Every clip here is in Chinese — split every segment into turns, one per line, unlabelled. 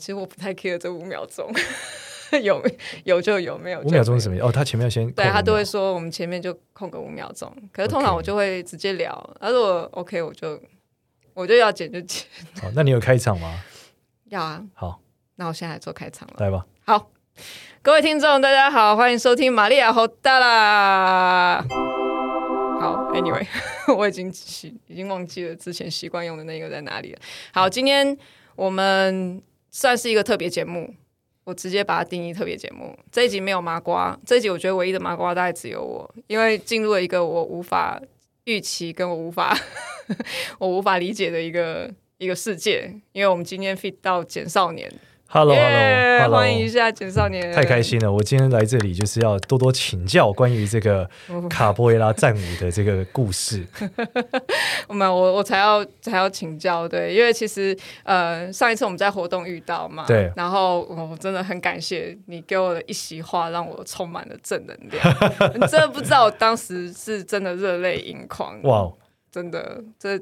实我不太 care 这五秒钟，有有就有，没有就
五秒钟
没
是什么意思？哦，他前面要先
有对
扣
他
五
都
秒
会说我们前面就空个五秒钟，可是通
OK
常我就会直接聊，他说我 OK 我就我就要剪就剪，
好，那你有开场吗？
要啊，
好，
那我现在来做开场了。
来吧。
好，各位听众，大家好，欢迎收听《玛利亚侯大啦》。好，Anyway，我 已经习已经忘记了之前习惯用的那个在哪里了。好，今天我们算是一个特别节目，我直接把它定义特别节目。这一集没有麻瓜，这一集我觉得唯一的麻瓜大概只有我，因为进入了一个我无法预期跟我无法 我无法理解的一个一个世界。因为我们今天 fit 到简少年，耶
Hello，Hello，Hello，
欢迎一下简少年，
太开。心了！我今天来这里就是要多多请教关于这 个卡波维拉战舞的这个故事。
我们我我才要才要请教，对，因为其实呃上一次我们在活动遇到嘛，
对
然后哦我真的很感谢你给我的一席话，让我充满了正能量。 你真的不知道我当时是真的热泪盈眶，
哇哦，
真的，这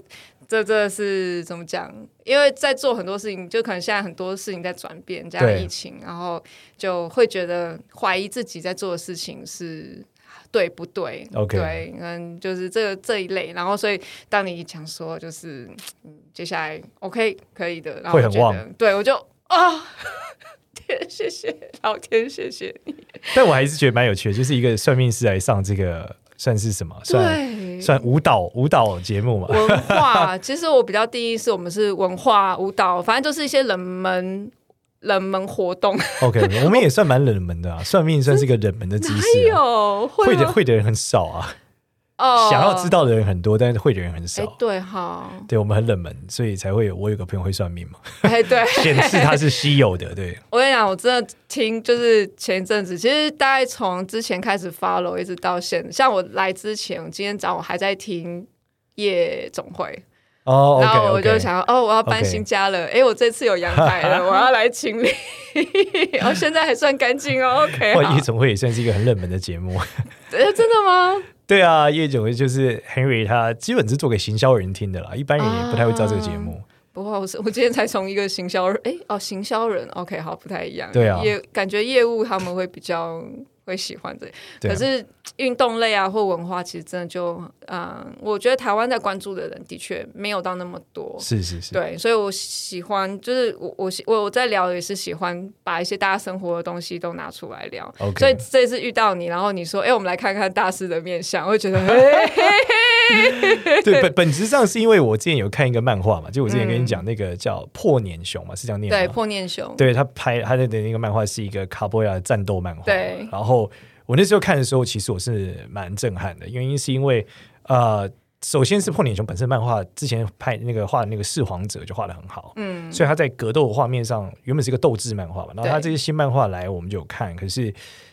这真的是怎么讲？因为在做很多事情，就可能现在很多事情在转变，加上
对
疫情，然后就会觉得怀疑自己在做的事情是对不对
OK
对，嗯，就是这个这一类。然后，所以当你讲说就是、嗯、接下来 OK 可以的，然后
会
我
很
觉得
旺
对我就啊、 天，谢谢老天，谢谢你，
但我还是觉得蛮有趣的，就是一个算命师来上这个算是啊什么？算
对。
算舞蹈舞蹈节目 嘛？
文化，其实我比较定义是我们是文化舞蹈，反正就是一些冷门冷门活动。
OK，我们也算蛮冷 门的啊，算命算是一个冷门的知
哎
识、啊，
呦，
会
吗
的会的人很少啊，
哦
想要知道的人很多，但是会的人很
哎
少。，
对哈，
对我们很冷门，所以才会有我有个朋友会算命嘛，
哎， 对，
显示他是稀有的。对，
我跟你讲，我真的听，就是前一阵子，其实大概从之前开始 follow 一直到现在，像我来之前，今天早上我还在听夜总会，
哦
然
，OK，
后我就想，哦，我要搬
OK
新家了，哎，我这次有阳台了，我要来清理， 然后现在还算干净哦，OK，
哇，
好
夜总会也算是一个很冷门的节目。
哎，真的吗？
对啊，夜总会就是 Henry 他基本是做给行销人听的啦，一般人也不太会知道这个节目。
不过我是我今天才从一个行销人，哎哦，行销人，OK，好，不太一样。
对啊
业感觉业务他们会比较会喜欢这，
对啊
可是运动类啊或文化，其实真的就，嗯，我觉得台湾在关注的人的确没有到那么多。
是是是，
对，所以我喜欢，就是我我喜我我在聊也是喜欢把一些大家生活的东西都拿出来聊。
OK
所以这次遇到你，然后你说，哎、我们来看看大师的面相，我 就觉得，哎、
对本本质上是因为我之前有看一个漫画嘛，就我之前跟你讲那个叫《破年熊》嘛，是这样念吗？
对，破念熊，
对他拍他的那个漫画是一个卡波亚的战斗漫画，
对
然后我那时候看的时候，其实我是蛮震撼的，原因是因为呃，首先是破脸熊本身漫画之前拍那个画的那个四皇者就画的很好，嗯，所以他在格斗画面上原本是一个斗志漫画嘛，然后他
对
这些新漫画来我们就有看，可是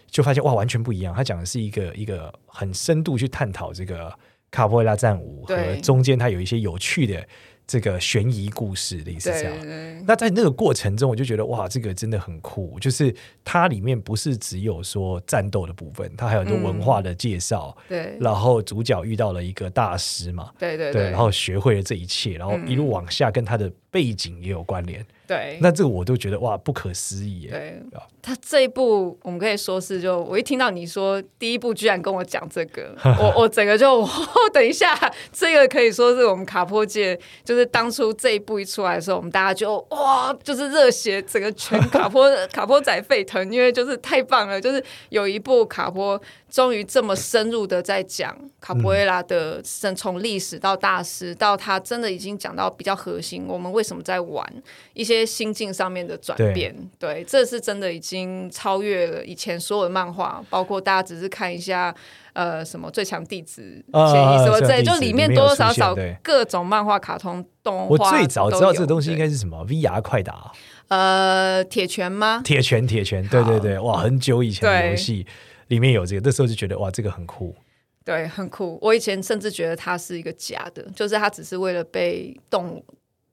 就发现哇，完全不一样。他讲的是一个一个很深度去探讨这个卡波拉战舞和
对
中间它有一些有趣的这个悬疑故事，类似
对
这样
对。对
那在那个过程中，我就觉得哇，这个真的很酷。就是它里面不是只有说战斗的部分，它还有很多文化的介绍。
对
然后主角遇到了一个大师嘛，
对嗯对嗯
然后学会了这一切，然后一路往下跟他的背景也有关联。
对
那这个我都觉得哇，不可思议耶！
对
啊，
他这一部我们可以说是就我一听到你说第一部居然跟我讲这个，我我整个就等一下，这个可以说是我们卡坡界，就是当初这一部一出来的时候，我们大家就哇，就是热血，整个全卡坡 卡坡仔沸腾，因为就是太棒了，就是有一部卡坡终于这么深入的在讲卡波维拉的生，从历史到大师，到他真的已经讲到比较核心，我们为什么在玩一些心境上面的转变。对，这是真的已经超越了以前所有的漫画，包括大家只是看一下呃什么最强弟子、
啊
嫌疑什么
最强
之类，
弟子
就里面多多少少
里面有出现对
各种漫画、卡通、动
我
画。
最早知道这个东西应
对
该是什么？VR 快打、
呃铁拳吗？
铁拳、铁拳，对对对，哇，很久以前的
对
游戏里面有这个，那时候就觉得哇，这个很酷。
对，很酷。我以前甚至觉得它是一个假的，就是它只是为了被动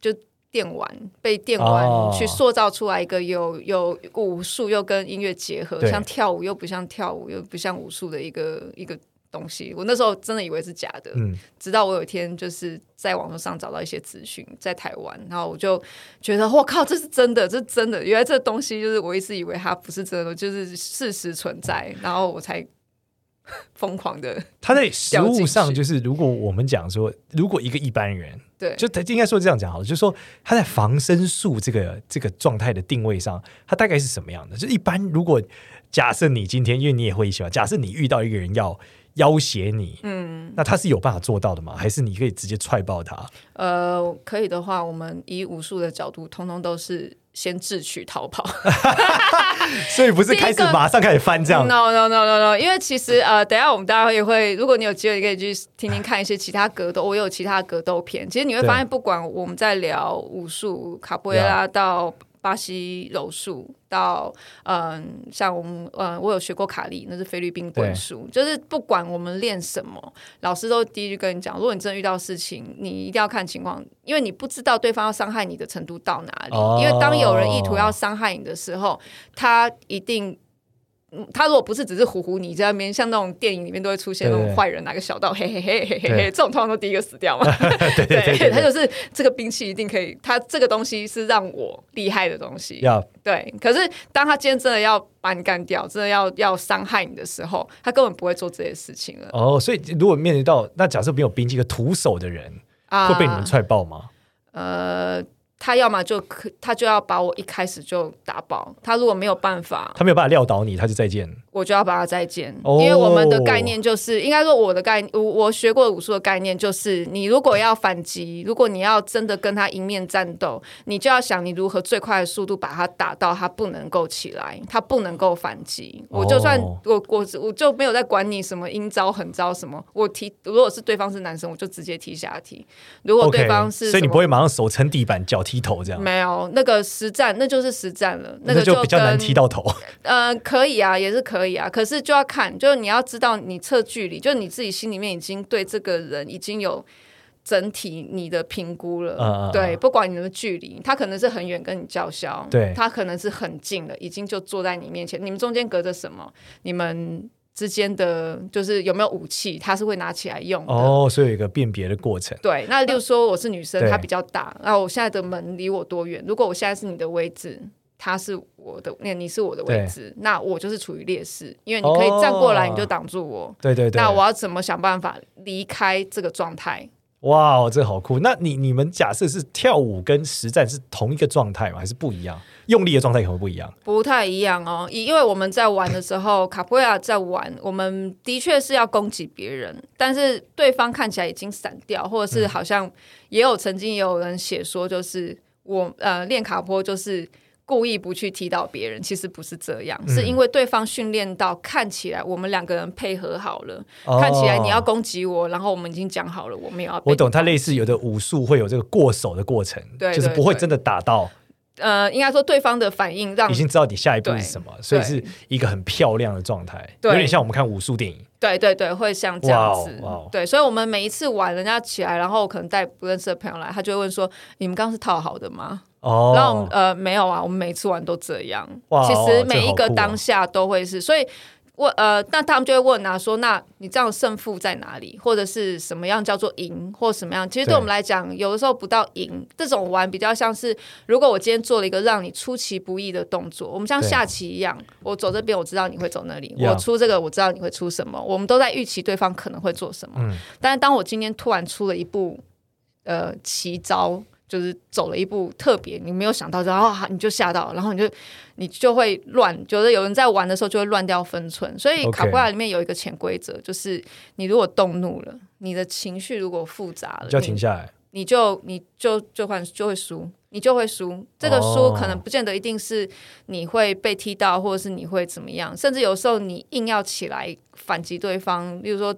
就电玩被电
哦
玩去塑造出来一个有有武术又跟音乐结合，
对
像跳舞又不像跳舞又不像武术的一个一个东西，我那时候真的以为是假的，
嗯
直到我有一天就是在网络上找到一些资讯，在台湾，然后我就觉得我靠，这是真的，这是真的，原来这东西就是我一直以为它不是真的，就是事实存在，然后我才 疯狂的
它在食
掉进
物
去
上就是，如果我们讲说，如果一个一般人，
对
就应该说这样讲好了，就是说他在防身术这个这个状态的定位上，他大概是什么样的？就一般如果假设你今天，因为你也会喜欢，假设你遇到一个人要要挟你，嗯，那他是有办法做到的吗？还是你可以直接踹爆他？
呃，可以的话，我们以武术的角度，通通都是先智取逃跑。
所以不是开
第一
始
个嗯
马上开始翻这样，
No no no no no，因为其实呃，等一下我们大家也会，如果你有机会，可以去听听看一些其他格斗，我有其他格斗片。其实你会发现，不管我们在聊武术、卡布埃拉到。巴西柔术到嗯，像我们嗯，我有学过卡利，那是菲律宾棍术，就是不管我们练什么，老师都第一句跟你讲，如果你真的遇到事情，你一定要看情况，因为你不知道对方要伤害你的程度到哪里。
哦
因为当有人意图要伤害你的时候，他一定嗯他如果不是只是唬唬你在那边，像那种电影里面都会出现那
对
种
对
坏人拿个小刀，嘿嘿嘿嘿嘿
对
嘿，这种通常都第一个死掉嘛。
对 对对对
他
对，
就是这个兵器一定可以，他这个东西是让我厉害的东西。
要
对，可是当他今天真的要把你干掉，真的要要伤害你的时候，他根本不会做这些事情了
哦。所以如果面临到那假设没有兵器，一个徒手的人
啊！
会被你们踹爆吗？
呃，他要么就可，他就要把我一开始就打爆。他如果没有办法，
他没有办法撂倒你，他就再见。
我就要把它再见。
哦
因为我们的概念就是，应该说我的概，我我学过武术的概念就是，你如果要反击，如果你要真的跟他迎面战斗，你就要想你如何最快的速度把他打到他不能够起来，他不能够反击。
哦
我就算我我我就没有在管你什么阴招狠招什么，我踢，如果是对方是男生，我就直接踢下踢；如果
OK，
对方是
所以你
什么
不会马上手撑地板，脚踢头这样，
没有那个实战，那就是实战了，那个
就
跟
比较难踢到头。
呃，可以啊，也是可以啊，可是就要看，就是你要知道你测距离，就是你自己心里面已经对这个人已经有整体你的评估了。
嗯嗯嗯
对，不管你的距离，他可能是很远跟你叫嚣，
对
他可能是很近了，已经就坐在你面前，你们中间隔着什么？你们之间的就是有没有武器，他是会拿起来用的。
哦，所以有一个辨别的过程。
对，那例如说我是女生，
对
她比较大，那我现在的门离我多远？如果我现在是你的位置，她是我的，那你是我的位置，那我就是处于劣势，因为你可以站过来，
哦
你就挡住我。
对对对，
那我要怎么想办法离开这个状态？
哇哦，这好酷！那你你们假设是跳舞跟实战是同一个状态吗？还是不一样？用力的状态可能会不一样。
不太一样哦，因因为我们在玩的时候，卡布亚在玩，我们的确是要攻击别人，但是对方看起来已经散掉，或者是好像也有曾经也有人写说，就是我呃练卡坡就是。故意不去踢到别人，其实不是这样，
嗯
是因为对方训练到看起来我们两个人配合好了，看起来你要
哦，
攻击我，然后我们已经讲好了，我们也要被
我懂，它类似有的武术会有这个过手的过程，
对
就是
对
不会
对
真的打到，
呃，应该说对方的反应让
已经知道你下一步
对
是什么，所以是一个很漂亮的状态，有
对
点像我们看武术电影。
对对对，会像这样子。
哇哦哇哦
对，所以我们每一次玩，人家起来，然后我可能带不认识的朋友来，他就会问说：“你们刚刚是套好的吗？”
哦，
然后我们呃没有啊，我们每次玩都这样。
哇
其实每一
这好
个
酷哦
当下都会是，所以我呃，那他们就会问啊，说那你这样胜负在哪里，或者是什么样叫做赢，或什么样？其实
对
对我们来讲，有的时候不到赢，这种玩比较像是，如果我今天做了一个让你出其不意的动作，我们像
对
下棋一样，我走这边我知道你会走那里
Yeah
我出这个我知道你会出什么，我们都在预期对方可能会做什么。
嗯
但是当我今天突然出了一步呃奇招，就是走了一步特别你没有想到，然后啊你就吓到，然后你就你就会乱，就是有人在玩的时候就会乱掉分寸。所以
OK
卡布拉里面有一个潜规则，就是你如果动怒了，你的情绪如果复杂了，
就要停下来。
你你就你就就换就会输。你就会输，这个输
哦
可能不见得一定是你会被踢到，或者是你会怎么样，甚至有时候你硬要起来反击对方，例如说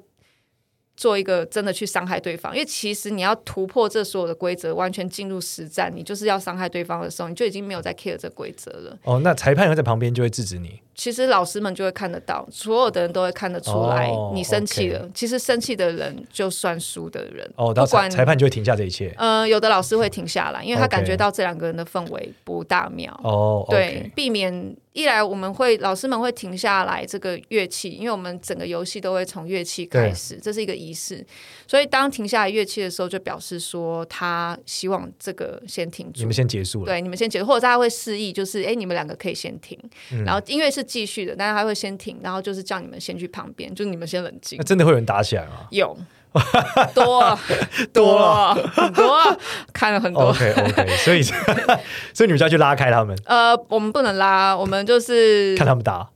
做一个真的去伤害对方，因为其实你要突破这所有的规则，完全进入实战，你就是要伤害对方的时候，你就已经没有在 care 这规则了。
哦，那裁判会在旁边就会制止你。
其实老师们就会看得到，所有的人都会看得出来
哦
你生气
OK
了。其实生气的人就算输的人，
哦，到
不
裁
管
裁判就会停下这一切。
呃，有的老师会停下来，因为他
OK
感觉到这两个人的氛围不大妙。
哦，
对，，避免一来我们会老师们会停下来这个乐器，因为我们整个游戏都会从乐器开始，这是一个仪式。所以当停下来乐器的时候，就表示说他希望这个先停
你
住
们。先结束了。
对，你们先结束，或者他会示意，就是哎，你们两个可以先停，
嗯
然后音乐是继续的，但是他会先停，然后就是叫你们先去旁边，就是你们先冷静
那。真的会有人打起来吗
有多了
多
了很多了，看了很多。
？OK OK，所以哦 所以你们就要去拉开他们，
呃，我们不能拉，我们就是
看他们打。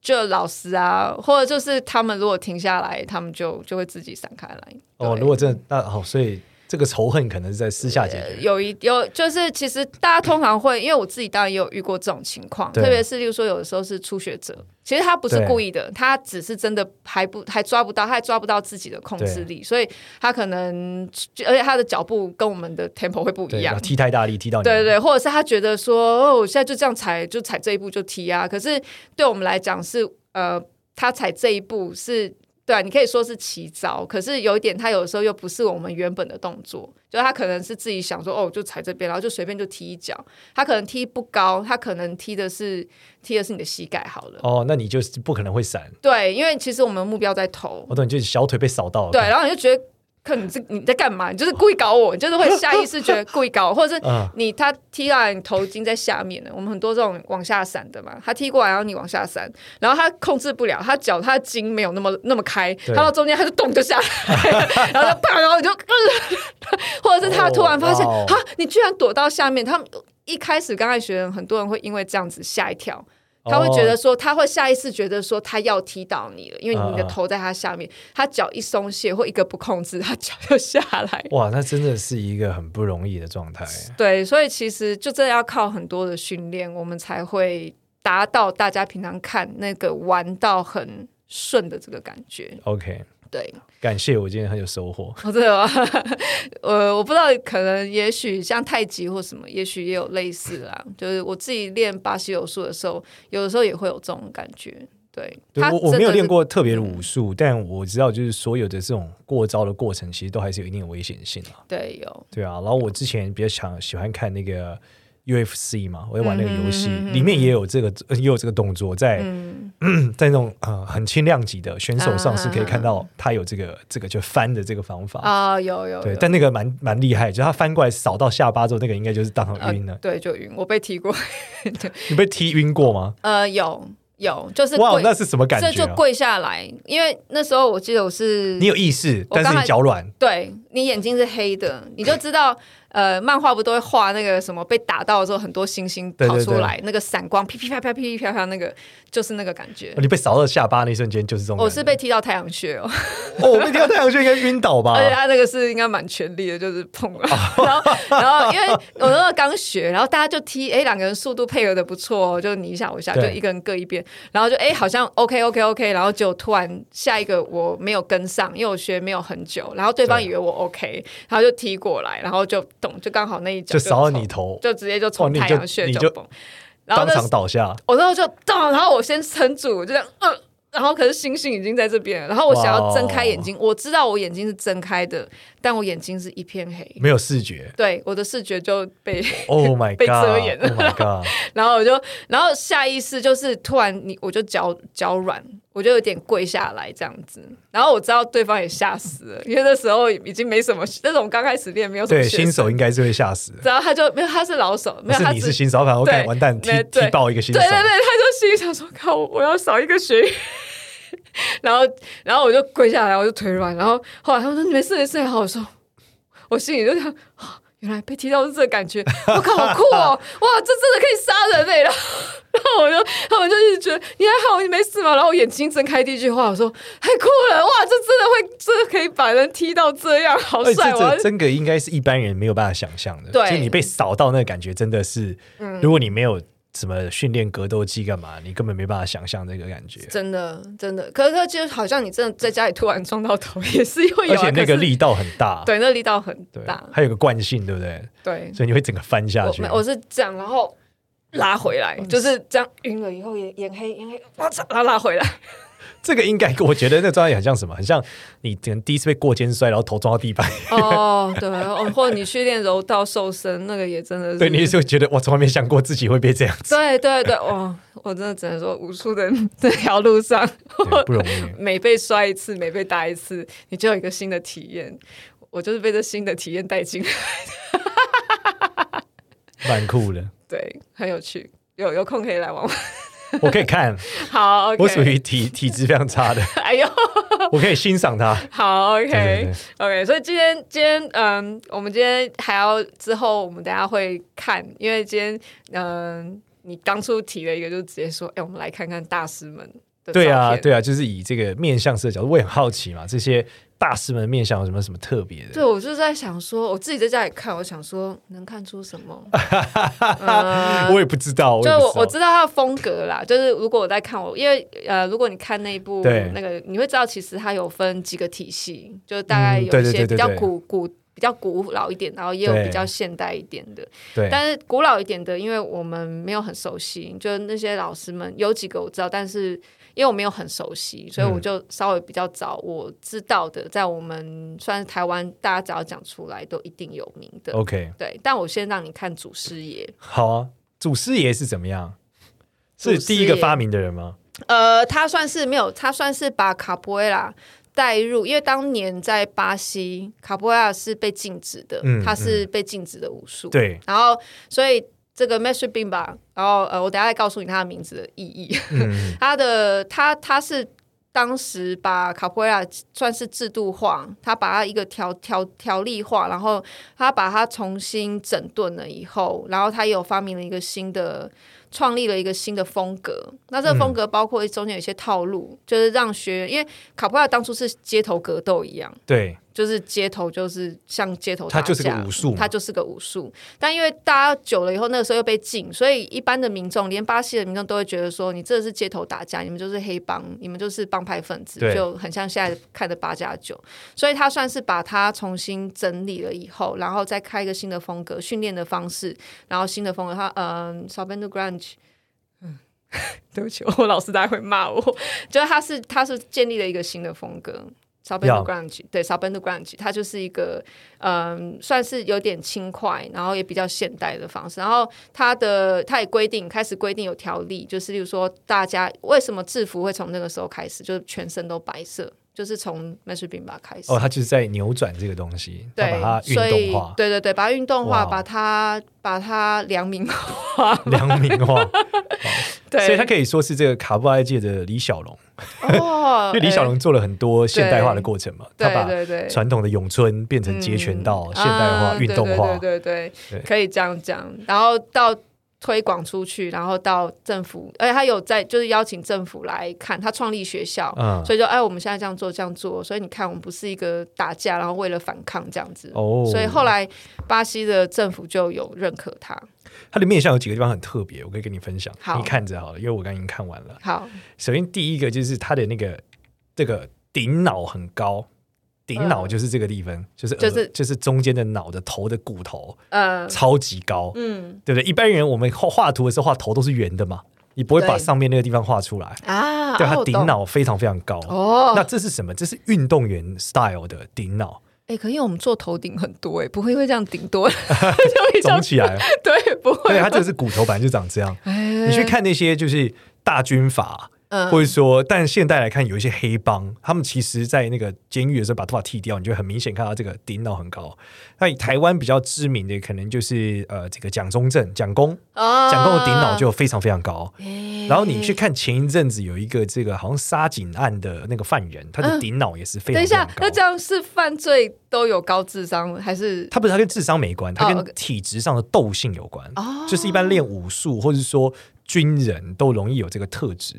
就老师啊，或者就是他们如果停下来，他们就就会自己散开来。
哦，
对
如果真的那好，所以这个仇恨可能是在私下解
呃
决。
有一有就是，其实大家通常会，因为我自己当然也有遇过这种情况，
对
特别是例如说有的时候是初学者，其实他不是
对
故意的，他只是真的还不还抓不到，他还抓不到自己的控制力，所以他可能而且他的脚步跟我们的 tempo 会不一
对，
样
要。踢太大力，踢到你。
对对对，或者是他觉得说，哦，我现在就这样踩，就踩这一步就踢啊。可是对我们来讲是，呃，他踩这一步是对、啊，你可以说是奇招，可是有一点，他有时候又不是我们原本的动作，就他可能是自己想说，哦，我就踩这边，然后就随便就踢一脚，他可能踢不高，他可能踢的是踢的是你的膝盖好了。
哦，那你就是不可能会闪，哦
对，因为其实我们目标在头，
我懂，你就是小腿被扫到了。
对，，然后你就觉得，看你这你在干嘛？你就是故意搞我，你就是会下意识觉得故意搞我，或者是
嗯
你他踢到你头巾在下面的，我们很多这种往下闪的嘛，他踢过来然后你往下闪，然后他控制不了，他脚他的筋没有那么那么开，
对
他到中间他就咚就下来 了，然后就啪，然后你就，呃或者是他突然发现
哦哇
啊
哦，
你居然躲到下面，他们一开始刚开始学的人，很多人会因为这样子吓一跳。他会觉得说，他会下意识觉得说他要踢倒你了，因为你的
嗯嗯
头在他下面，他脚一松懈或一个不控制，他脚就下来。
哇，那真的是一个很不容易的状态。
对，所以其实就真的要靠很多的训练，我们才会达到大家平常看那个玩到很顺的这个感觉。
OK，
对，
感谢我今天很有收获。
我这个， 呃，我不知道，可能也许像太极或什么，也许也有类似啦。就是我自己练巴西柔术的时候，有的时候也会有这种感觉。对，
对
它
我我
真
没有
的
练
是
过特别的武术，但我知道就是所有的这种过招的过程，其实都还是有一定的危险性啊。
对，有
对啊，然后我之前比较想喜欢看那个 UFC 嘛，我在玩那个游戏，
嗯哼嗯哼
里面也有这个呃也有这个动作，在、
嗯，
在那种呃很轻量级的选手上
啊
是可以看到他有这个这个就翻的这个方法。
啊、有有
对
有，
但那个蛮蛮厉害，就他翻过来扫到下巴之后，那个应该就是当
呃
场晕了。
对，就晕，我被踢过，
你被踢晕过吗？
呃，有有，就是
哇，
跪，
那是什么感
这就
觉、啊？
跪下来，因为那时候我记得我是
你有意识，
我刚
但是
才
你脚软。
对你眼睛是黑的，你就知道，呃，漫画不都会画那个什么被打到的时候，很多星星
对
跑
对
出
对
来，那个闪光噼噼啪啪噼噼啪啪，那个就是那个感觉。
你被扫到下巴那一瞬间就是这种感觉。
我是被踢到太阳穴哦，
哦，我被踢到太阳穴应该晕 倒吧
而？且他那个是应该蛮全力的，就是碰了。
哦
然后，然后因为我那时候刚学，然后大家就踢，哎，两个人速度配合的不错、哦，就你一下我一下，就
对
一个人各一边。然后就哎，好像 OK OK OK，然后就突然下一个我没有跟上，因为我学没有很久，然后对方
对
以为我 OK，然后就踢过来，然后就咚，就刚好那一脚
就扫到
冲
你头，
就直接就
哦
从
你就
太阳穴
你
就
就
崩，然后
当
那
场倒下。
我那时候就当，然后我先撑住，我就这样，嗯、然后可是星星已经在这边了，然后我想要睁开眼睛，
哦
我知道我眼睛是睁开的，但我眼睛是一片黑，
没有 视觉
对，我的视觉就被，
，Oh my god！
被遮掩
o h my god！
然后我就，然后下意识就是突然你，我就脚脚软，我就有点跪下来这样子，然后我知道对方也吓死了，因为那时候已经没什么，那种刚开始练没有什么
对，
学生
新手应该是会吓死的，
然后他就没有，他是老手，没有
但是
他
你
只
是新手，反正我
对
看完蛋，踢
没对
踢爆一个新手哎
对。对对，他就心里想说：“靠，我要少一个学员。” 然后，然后我就跪下来，我就腿软。然后后来他们说：“没事没事。”然后我说：“我心里就想，啊原来被踢到是这个感觉， 我靠，好酷哦！哇，这真的可以杀人欸嘞！”然后，然后我就他们就是觉得你还好，你没事吗？然后我眼睛睁开第一句话，我说：“太酷了！哇，这真的会，真的可以把人踢到这样，好
而且
帅！”
哎这
我要
这真的应该是一般人没有办法想象的，
对嗯
就你被扫到那个感觉真的是，如果你没有什么训练格斗技干嘛，你根本没办法想象这个感觉，
真的真的，可是就好像你真的在家里突然撞到头，也是会有、
而
啊，
且那
可
个
是
力道很大，
对，那力道很
对
大，。
还有个惯性，对不对？
对，
所以你会整个翻下
我
去哦
没。我是这样，然后拉回来，就是这样晕了以后眼眼黑眼黑，我操，然后拉 回来。
这个应该，我觉得那个状态很像什么？很像你可能第一次被过肩摔，然后头撞到地板，
哦，对，哦，或者你去练柔道瘦身，那个也真的是，
对，你就觉得我从来没想过自己会被这样 子，
对对对，哇，我真的只能说，武术的这条路上，
对，不容 易。
每被摔一次，每被打一次，你就有一个新的体验。我就是被这新的体验带进来，
蛮酷的，
对，很有趣。有有空可以来玩玩。
我可 以看，
好，OK，
我属于体体质非常差的，
哎呦，
我可以欣赏它。
好，OK，OK，、
对对
OK，所以今天今天嗯，我们今天还要之后，我们等一下会看，因为今天嗯，你当初提了一个，就直接说，哎、我们来看看大师们的
对啊，
照片
对啊，就是以这个面相师的角度，我也很好奇嘛，这些大师们的面相有什么什么特别的？
对，我就在想说，我自己在家里看，我想说能看出什么？呃
我也不知道，我
就
也不
我
知道
我知道他的风格啦，就是如果我在看我，因为呃，如果你看那一部
对
那个，你会知道其实它有分几个体系，就是大概
嗯
有
对
一
对
些
对
比
对
较
对
古古比较古老一点，然后也有
对
比较现代一点的。
对，
但是古老一点的，因为我们没有很熟悉，就那些老师们有几个我知道，但是因为我没有很熟悉，所以我就稍微比较早我知道的，在我们算是台湾大家只要讲出来都一定有名的。
OK，
对，但我先让你看祖师爷，
好啊。祖师爷是怎么样？是
祖师
第
爷
一个发明的人吗？
呃，他算是没有，他算是把卡布埃拉带入，因为当年在巴西，卡布埃拉是被禁止的，
嗯
它是被禁止的武术。
对，
然后所以这个 Master b i m b a 然后呃，我等一下再告诉你他的名字的意义。
嗯，
他的他他是当时把卡普瑞拉算是制度化，他把它一个条条条例化，然后他把它重新整顿了以后，然后他也有发明了一个新的。创立了一个新的风格，那这个风格包括中间有一些套路，就是让学员，因为卡普拉当初是街头格斗一样，
对，
就是街头就是像街头
他
打
就是个
架
武术嘛
它就是个武术。但因为大家久了以后，那个时候又被禁，所以一般的民众，连巴西的民众都会觉得说，你这是街头打架，你们就是黑帮，你们就是帮派分子
对，
就很像现在看的八加九。所以他算是把它重新整理了以后，然后再开一个新的风格、训练的方式，然后新的风格，他嗯 s a b e n d o Grange。对不起， 我老师大概会骂我。就是他是他是建立了一个新的风格 s a b e n d o
Yeah.
g r a n g e 对 s a b e n d o g r a n g e 它就是一个嗯，算是有点轻快，然后也比较现代的方式。然后它的它也规定开始规定有条例，就是例如说大家为什么制服会从那个时候开始，就是全身都白色，就是从 m a s h b i m b a 开始。
哦，他就是在扭转这个东西，他
对
把，它运
所以
动化、
对对对，把它运动化，
哇哦
把它把它良民 化，
良民 化，哦
对，
所以他可以说是这个卡布埃界的李小龙，
哦
因，为李小龙做了很多现代化的过程嘛，
哎，
他把
哦对对对，
传统的咏春变成截拳道、
嗯
哦现代化、
啊
运动化，
对对对对
对
可以这样讲。然后到推广出去，然后到政府，而且他有在就是邀请政府来看，他创立学校。
嗯，
所以就哎，我们现在这样做，这样做，所以你看，我们不是一个打架，然后为了反抗这样子，
哦
所以后来巴西的政府就有认可他。
它的面相有几个地方很特别，我可以跟你分享
好，
你看着好了，因为我刚刚已经看完了。
好，
首先第一个就是它的那个这个顶脑很高。顶脑就是这个地方，就是
嗯就
就是是就是中间的脑的头的骨头
呃，
超级高，
嗯
对不对？一般人我们画画图的时候画头都是圆的嘛，你不会把
对
上面那个地方画出来。
啊，
对，
啊
它
我
顶
懂
脑非常非常高。
哦，
那这是什么？这是运动员 style 的顶 脑，
哎、可因为我们做头顶很多哎、 不会因为这样顶多就会这样
肿起来。
对，不会。
对，它这个是骨头，本来就长这样。
哎
你去看那些就是大军阀，
嗯
或者说，但现代来看，有一些黑帮，他们其实在那个监狱的时候把头发剃掉，你就很明显看到这个顶脑很高。那以台湾比较知名的，可能就是呃，这个蒋中正、蒋公，
啊
蒋公的顶脑就非常非常高。
哎
然后你去看前一阵子有一个这个好像杀警案的那个犯人，他的顶脑也是
嗯
非
等
常
一
非常
下，
高。
那这样是犯罪都有高智商还是？
他不是他跟智商没关，他
哦
跟
，OK
体质上的斗性有关。
哦
就是一般练武术或者说军人都容易有这个特质。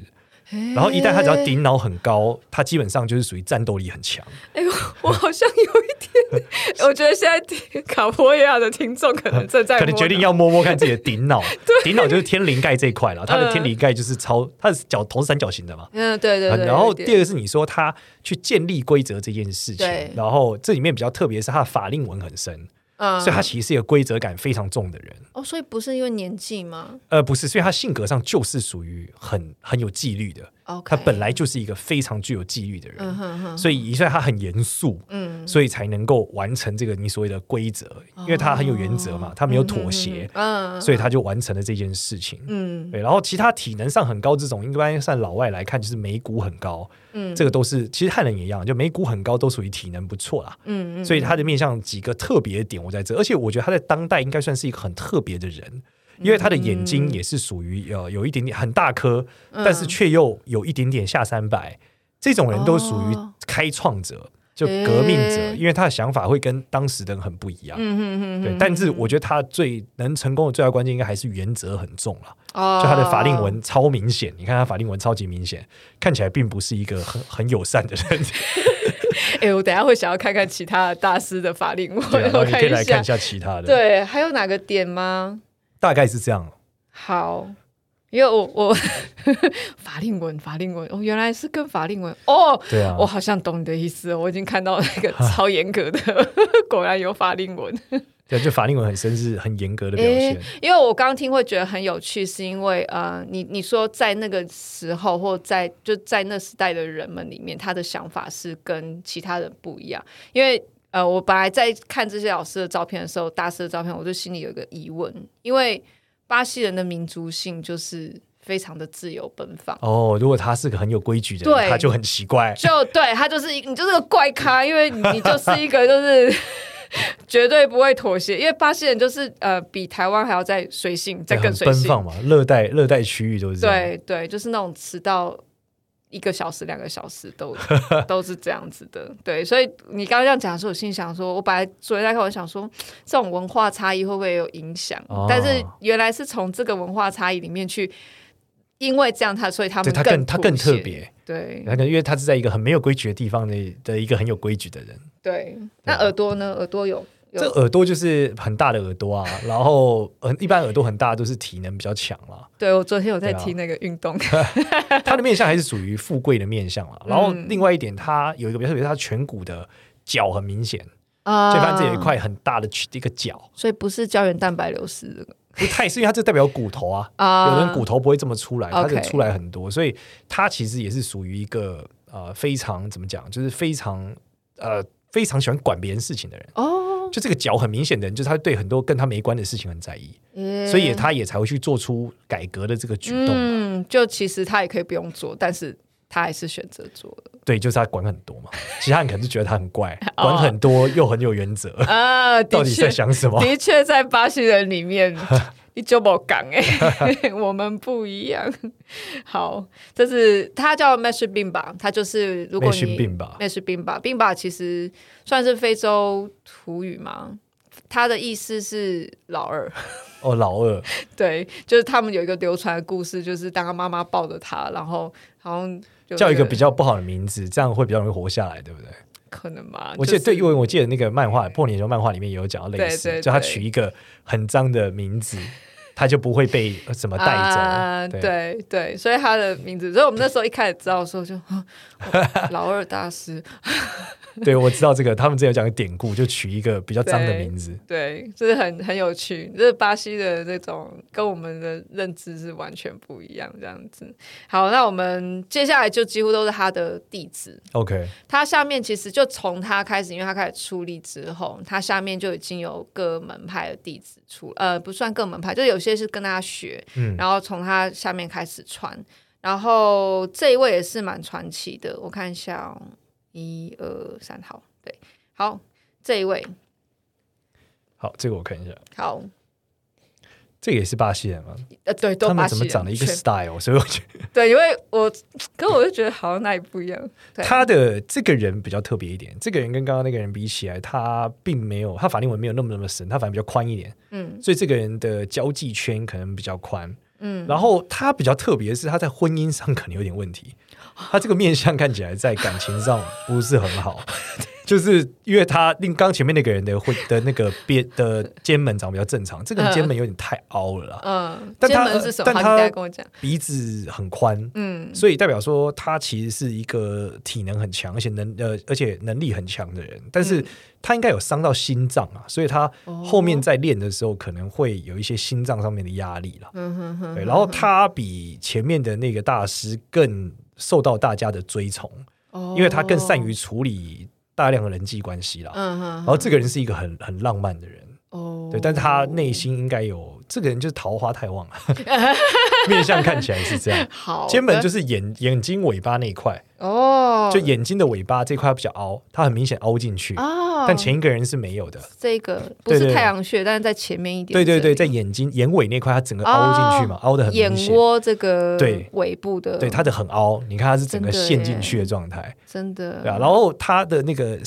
然
然后一旦他只要，顶脑很高，他基本上就是属于战斗力很强。
哎、我我好像有一点，我觉得现在听卡波亚的听众可能正在
可能决定要摸摸看自己的顶 脑，顶脑就是天灵盖这一块了。他
嗯
的天灵盖就是超，他的角头是三角形的嘛。
摸呢，嗯，对对对。
啊然后
有一点
第二个是你说他去建立规则这件事情
对，
然后这里面比较特别是他的法令纹很深，
嗯
所以他其实是一个规则感非常重的人。
哦，所以不是因为年纪吗
呃，不是，所以他性格上就是属于很很有纪律的。
哦？OK，
他本来就是一个非常具有纪律的人，
嗯哼哼，
所以所以他很严肃，
嗯，
所以才能够完成这个你所谓的规则，因为他很有原则
哦
嘛，他没有妥协，
嗯
所以他就完成了这件事情。
嗯，
对，然后其他体能上很高这种，一般算老外来看就是眉骨很高，
嗯
这个都是其实汉人也一样，就眉骨很高都属于体能不错啦。
嗯嗯，
所以他的面向几个特别的点，我在这，而且我觉得他在当代应该算是一个很特别的人，
嗯
因为他的眼睛也是属于呃有一点点很大颗，
嗯
但是却又有一点点下三百，这种人都属于
哦
开创者，就革命者，
诶
因为他的想法会跟当时的人很不一样。
嗯哼哼，
对，但是我觉得他最能成功的最大关键，应该还是原则很重了。
哦
就他的法令纹超明显，你看他法令纹超级明显，看起来并不是一个很很友善的 人。
哎、我等一下会想要看看其他的大师的法令纹，
对啊，然后
我
你可以来
一
看
下
一。下其他的。，
对，还有哪个点吗？
大概是这样。
好，因为我我 法令纹，法令纹，哦，原来是跟法令纹哦。
对啊，
我好像懂你的意思了，我已经看到那个超严格的， 果然有法令纹。
对，就法令纹很深是很严格的表现。
因为我刚刚听会觉得很有趣，是因为呃，你你说在那个时候或在就在那时代的人们里面，他的想法是跟其他人不一样。因为呃，我本来在看这些老师的照片的时候，大师的照片，我就心里有一个疑问，因为巴西人的民族性就是非常的自由奔放。
哦，如果他是个很有规矩的人，
对
他就很奇怪。
就对他就是一你就是个怪咖，因为你就是一个就是 绝对不会妥协，因为巴西人就是呃比台湾还要再随性，再
对
更
很
随
奔
性，
放嘛，热带热带区域都是这样。
对对，就是那种迟到一个小时、两个小时都 都是这样子的。对，所以你刚刚这样讲的时候，我心想说，我本来昨天在看，我想说这种文化差异会不会有影响？
哦
但是原来是从这个文化差异里面去，因为这样他，所以他
对
们
他更他
凸
更特
显。
别，
对
他可能因为他是在一个很没有规矩的地方的的一个很有规矩的人。
对，那耳朵呢？耳朵有有
啊这耳朵就是很大的耳 朵啊，然后呃一般耳朵很大都是体能比较强啦。
对我昨天有在
对啊
听那个运动，
他的面相还是属于富贵的面相了。然后
嗯
另外一点，他有一个比较特别，他颧骨的角很明显，
啊
这反正有一块很大的一个角，
所以不是胶原蛋白流失这个
不太是因为它这代表骨头啊。
啊
有人骨头不会这么出来，它
OK
就出来很多，所以它其实也是属于一个呃非常怎么讲，就是非常呃非常喜欢管别人事情的人。
哦，
就这个角很明显的人，就是他对很多跟他没关的事情很在意，所以也他也才会去做出改革的这个举动嘛。
嗯，就其实他也可以不用做，但是他还是选择做 了。
对，就是他管很多嘛，其他人可能就觉得他很 怪，管很多又很有原则，
啊，
到
哦 的
底在
确，
想什么？
的确在巴西人里 面，你就没讲哎， 我们不一样。好，这是他叫 m e s h b i m b a 他就是如果
内
你
训病吧
m，e s h b i m b a b i m b a 其实算是非洲土语嘛，它的意思是老二。
哦，老二，
对，就是他们有一个流传的故事，就是当他妈妈抱着他，然后好像有
叫一个
那
比较不好的名字，这样会比较容易活下来，对不对？
可能嘛，
我记得
哦就是
对，因为我记得那个漫画《破年球》漫画里面也有讲到类似，
对对
就他
对
取一个很脏的名字，他就不会被呃什么带走。
啊、
对
对对，所以他的名字，所以我们那时候一开始知道的时候就， 啊我老二大师，
对我知道这个，他们之前有讲个典故，就取一个比较脏的名字。
对，就是很很有趣，就是巴西的这种跟我们的认知是完全不一样，这样子。好，那我们接下来就几乎都是他的弟子，
OK，
它下面其实就从它开始，因为它开始出力之后，它下面就已经有各门派的弟子出，呃，不算各门派，就有些是跟他学，
嗯
然后从他下面开始传。然后这一位也是蛮传奇的，我看一下、哦，一二三号，对，好，这一位
好，这个我看一下，
好，
这个也是巴西人嘛？
呃，对，都
他
巴
们怎
西
么
人
长了一个
全
style？所以我觉得
对，因为我跟我就觉得好像哪里不一样，对，
他的这个人比较特别一点。这个人跟刚刚那个人比起来，他并没有他法令纹没有那么那么深，他反而比较宽一点，
嗯
所以这个人的交际圈可能比较宽。
嗯，
然后他比较特别的是，他在婚姻 上可能有点问题，他这个面相看起来在感情上不是很好，就是因为他令刚前面那个人的会的那个边的肩门长得比较正常，这个人肩门有点太凹了啦，
嗯，
但
金
他
门是什么？
但
他
他
应该跟我讲。
鼻子很宽，
嗯
所以代表说他其实是一个体能很强，而且能呃而且能力很强的人，但
嗯
是他应该有伤到心脏啊，所以他后
哦
面在练的时候可能会有一些心脏上面的压力啦。
嗯哼哼，
对，然后他比前面的那个大师更受到大家的追崇，
哦
因为他更善于处理大量的人际关系啦。
嗯哼
然
哼
后这个人是一个很很浪漫的人，
哦，
对，但是他内心应该有这个人就是桃花太 旺了，面相看起来是这样。
好
肩膀就是是眼眼睛尾巴那一块，
哦，
就眼睛的尾巴这块比较凹，它很明显凹进去，
哦，
但前一个人是没有的。
这个不
对对
是
对
太阳穴，但是在前面一点，
对对对，
这
在
里
眼睛眼尾那块，它整个凹进去嘛，凹的很
哦
明
眼
显。
窝这个
对
尾部的，
对，它的很凹，你看它是整个
真的
陷
耶
进去的状态，
真的
对啊。然后它的那个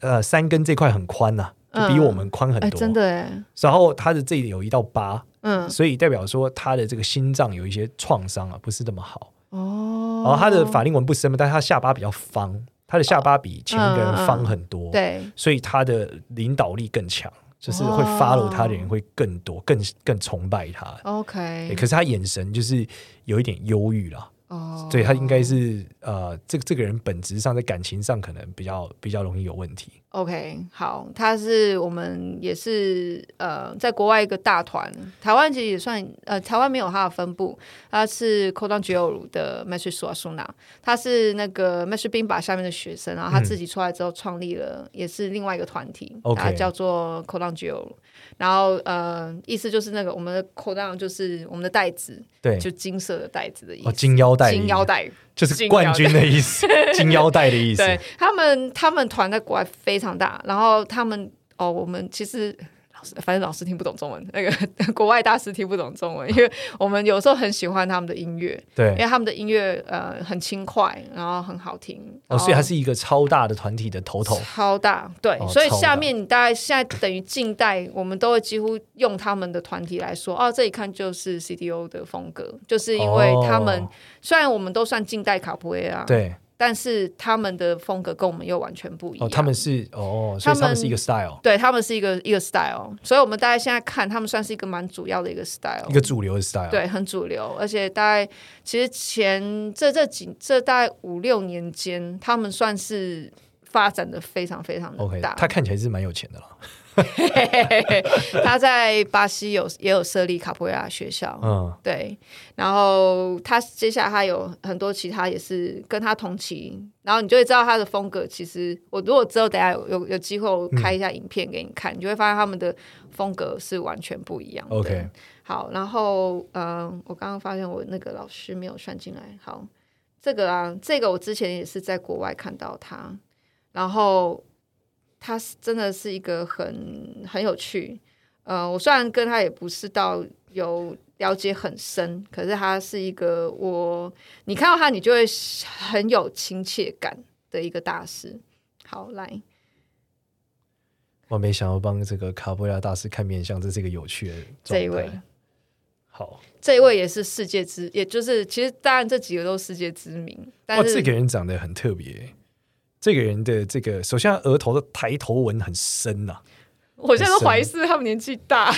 呃三根这块很宽呐、就比
嗯
我们宽很
哎，
多。
真的哎，
然后它的这里有一道疤，
嗯
所以代表说它的这个心脏有一些创伤啊，不是那么好。
哦，
然后它的法令纹不深嘛，但是它下巴比较方，它的下巴比前一个
嗯
人方很多，，
对
所以它的领导力更强，就是会
哦
follow 他的人会更多，更更崇拜他。对
，OK，
可是他眼神就是有一点忧郁啦，
哦，
所以他应该是呃，这这个人本质上在感情上可能比较比较容易有问题。
OK，好，他是我们也是呃，在国外一个大团，台湾其实也算呃，台湾没有他的分部，他是 k o d o n j i o r u 的 m a s h i s u a s u n a 他是那个 m a s h i 兵把下面的学生，然后他自己出来之后创立了、也是另外一个团体，
嗯 OK
它叫做 k o d o n j i o r u 然后呃，意思就是那个我们的 k o d o n 就是我们的带子，
对，
就金色的带子的意思，
哦，金腰带，
金腰带，
就是
金
冠
腰
军的意思， 金腰带的意思。
对他们，他们团在国外非常大，然后他们哦，我们其实。老师，反正老师听不懂中文，那个 国外大师听不懂中文，因为我们有时候很喜欢他们的音乐，因
对，
为他们的音乐呃很轻快，然后很好听，
哦，所以
然
他
后
是一个超大的团体的头头。
超大，对，
哦
所以
超大
下面你大概现在等于近代，我们都会几乎用他们的团体来说，哦，这一看就是 CDO 的风格，就是因为他们、
哦
虽然我们都算近代卡普埃啊，
对，
但是他们的风格跟我们又完全不一样。
哦，他们是哦，所
他
以他们
们
是一个 style，
对他们是一个一个 style，所以我们大家现在看他们算是一个蛮主要的一个 style，
一个主流的 style。
对很主流，而且大概其实前这这几这大概五六年间，他们算是发展的非常非常的
，OK，
大。
他看起来是蛮有钱的了。
他在巴西有也有设立卡布亚学校，
嗯，
对，然后他接下来他有很多其他也是跟他同期，然后你就会知道他的风格。其实我如果之后等一下有有有机会我开一下影片给你看，你就会发现他们的风格是完全不一样的。
OK
好，然后呃，我刚刚发现我那个老师没有算进来。好，这个啊，这个我之前也是在国外看到他，然后他是真的是一个很很有趣。呃，我虽然跟他也不是到有了解很深，可是他是一个我你看到他，你就会很有亲切感的一个大师。好，来，
我没想到帮这个卡布亚大师看面相，这是一个有趣的状态
这一位。
好，
这一位也是世界之，也就是其实当然这几个都是世界知名，但
哇，
是、
哦这个人长得很特别。这个人的这个，首先他额头的抬头纹很深啊 呐、
我现在都怀疑是他们年纪大，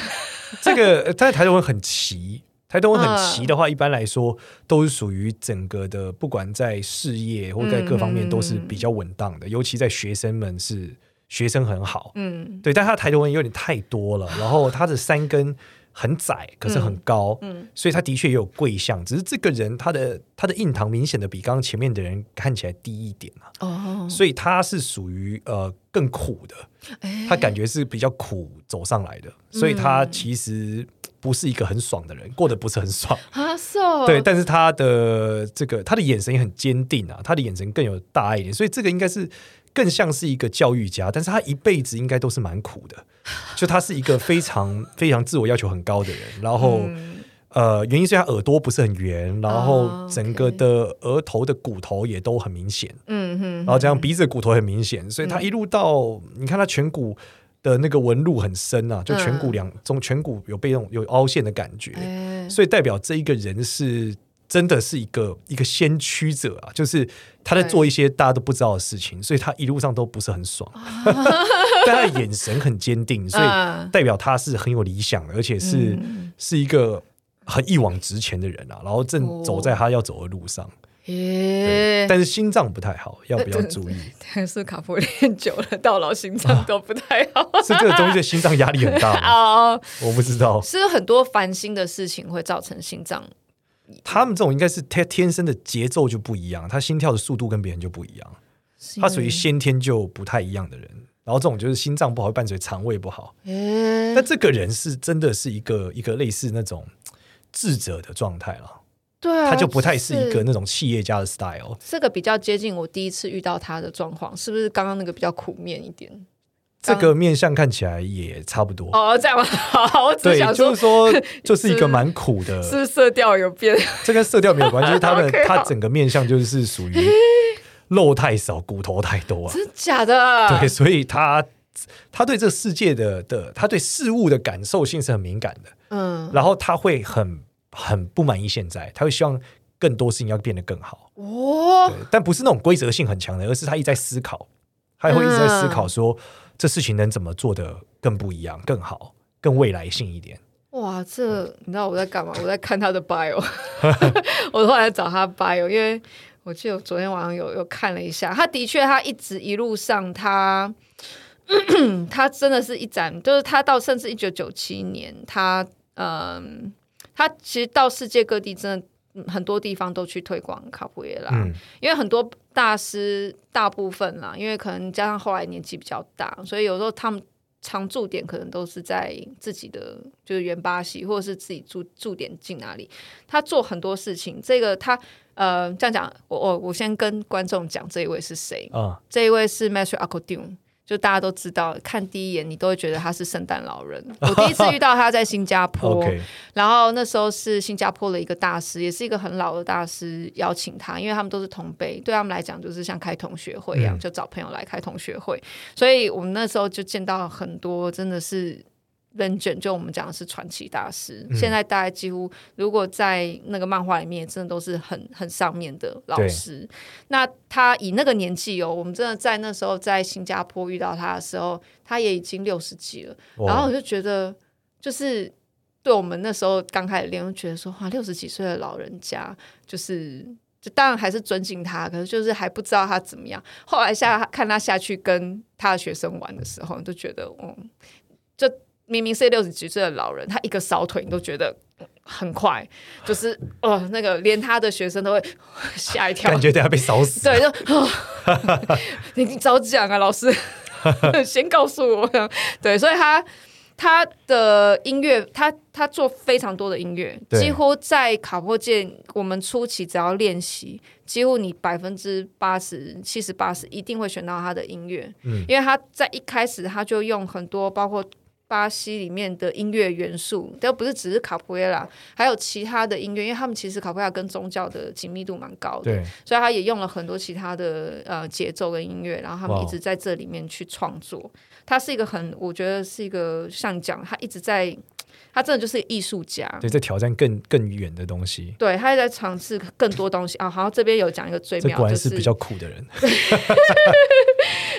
这个呃他的抬头纹很齐，抬头纹很
嗯
齐的话，一般来说都是属于整个的，不管在事业或在各方面都是
嗯
比较稳当的，尤其在学生们是学生很好，
嗯
对，但他的抬头纹有点太 多了，然后他的山根很窄，可是很高，
嗯，
所以他的确也有贵相，只是这个人他的他的印堂明显的比刚刚前面的人看起来低一点啊，
哦，
所以他是属于呃更苦的，
哎
他感觉是比较苦走上来的，所以他
嗯
其实不是一个很爽的人，过得不是很爽。
啊，是哦，
对，但是他的这个他的眼神也很坚定啊，他的眼神更有大爱一点，所以这个应该是更像是一个教育家，但是他一辈子应该都是蛮苦的，就他是一个非常非常自我要求很高的人，然后。呃，原因是他耳朵不是很圆，然后
嗯哦
整个的额头的骨头也都很明显，
嗯哼，
然后这样鼻子的骨头很明显，所以他一路到你看他颧骨的那个纹路很深啊，就颧骨两中颧骨有被那种有凹陷的感觉，
嗯哎，
所以代表这一个人是真的是一个一个先驱者啊，就是他在做一些大家都不知道的事情，所以他一路上都不是很爽， 但他的眼神很坚定，所以
哦嗯
代表他是很有理想的，而且是、是一个很一往直前的人啊，然后正
哦
走在他要走的路上，
耶，
但是心脏不太好，要不要
呃
注意？
但是卡普练久了，到老心脏
哦
都不太好。
是这个东西对心脏压力很大 吗，
哦，
我不知道。
是很多烦心的事情会造成心脏
他们这种应该是天天生的节奏就不一样，他心跳的速度跟别人就不一样，他
嗯
属于先天就不太一样的人。然后这种就是心脏不好，会伴随肠胃不好。
耶
但这个人是真的是一个一个类似那种智者的状态了，
对啊，
他就不太是一
就
个那种企业家的 style。
这个比较接近我第一次遇到他的状况，是不是刚刚那个比较苦面一点？
这个面相看起来也差不多，
哦，这样吗？ 好，我只
对，
想
就
说
是，说就是一个蛮苦的，
是不是色调有变？
这跟色调没有关系， 就是他们
OK，好
他整个面相就是 属于肉太少，骨头太多啊。
真假的？
对，所以他他对这世界的的，他对事物的感受性是很敏感的，
嗯，
然后他会很很不满意现在，他会希望更多事情要变得更好，
哇、
对，但不是那种规则性很强的，而是他一直在思考，他会一直在思
嗯
考说、这事情能怎么做的更不一样、更好、更未来性一点。
哇，这你知道我在干嘛？我在看他的 bio，我后来找他 bio，因为我记得我昨天晚上有有看了一下，他的确他一直一路上他。 他真的是一展，就是他到甚至一九九七年，他嗯，他其实到世界各地真的嗯很多地方都去推广卡布耶拉，
嗯，
因为很多大师大部分啦，因为可能加上后来年纪比较大，所以有时候他们常驻点可能都是在自己的就是原巴西，或者是自己驻驻点进哪里。他做很多事情，这个他呃这样讲，我我我先跟观众讲这一位是谁，
啊、
这一位是 Matthew a c o d u n 就大家都知道，看第一眼你都会觉得他是圣诞老人。我第一次遇到他在新加
o
坡，
k
然后那时候是新加坡的一个大师，也是一个很老的大师邀请他，因为他们都是同辈，对他们来讲就是像开同学会一样，
嗯
就找朋友来开同学会。所以我们那时候就见到很多真的是。人卷就我们讲的是传奇大师，
嗯
现在大概几乎如果在那个漫画里面，真的都是很很上面的老
对
师。那他以那个年纪哦，我们真的在那时候在新加坡遇到他的时候，他也已经六十几了。
哇
然后我就觉得，就是对我们那时候刚开始练，就觉得说，哇，六十几岁的老人家，就是就当然还是尊敬他，可是就是还不知道他怎么样。后来下看他下去跟他的学生玩的时候，你就觉得，嗯，就明明是六十几岁的老人，他一个扫腿，你都觉得。很快，就是哦，那个连他的学生都会 吓一跳，
感觉等下被烧死。
对，就哦 你你早讲啊，老师， 先告诉我。对，所以他他的音乐，他他做非常多的音乐，
对
几乎在卡波界，我们初期只要练习，几乎你百分之八十、七十、八十一定会选到他的音乐，
嗯
因为他在一开始他就用很多包括。巴西里面的音乐元素，都不是只是卡普耶拉，还有其他的音乐，因为他们其实卡普耶拉跟宗教的紧密度蛮高的，
对，
所以他也用了很多其他的呃节奏跟音乐，然后他
哇
们
哦
一直在这里面去创作。他是一个很，我觉得是一个像你讲，他一直在，他真的就是艺术家。
对，在挑战更更远的东西，
对，他也在尝试更多东西啊。好，这边有讲一个最
这
妙，
果
就
然是比较苦的人。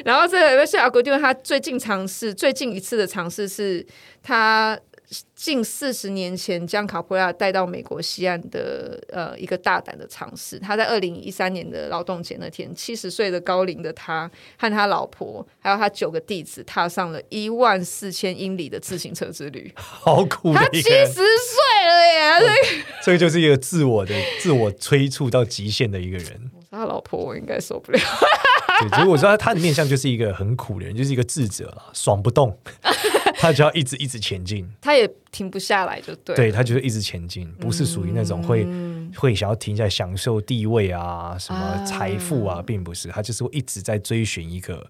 然后这个夏小国定，他最近尝试，最近一次的尝试是他近四十年前将卡普拉带到美国西岸的呃一个大胆的尝试。他在二零一三年的劳动节那天，七十岁的高龄的他和他老婆还有他九个弟子，踏上了一万四千英里的自行车之旅。
好苦
他
的
七
一
十
个人，
岁了耶！他是
这个就是一个自我的自我催促到极限的一个人。
他老婆我应该受不了。
对，所以我知道他的面相就是一个很苦的人，就是一个智者啦，爽 不动，他就要一直一直前进。
他也停不下来，就对了。
对他就是一直前进，不是属于那种会、会想要停下来享受地位啊、什么
啊
财富啊，并不是，他就是会一直在追寻一个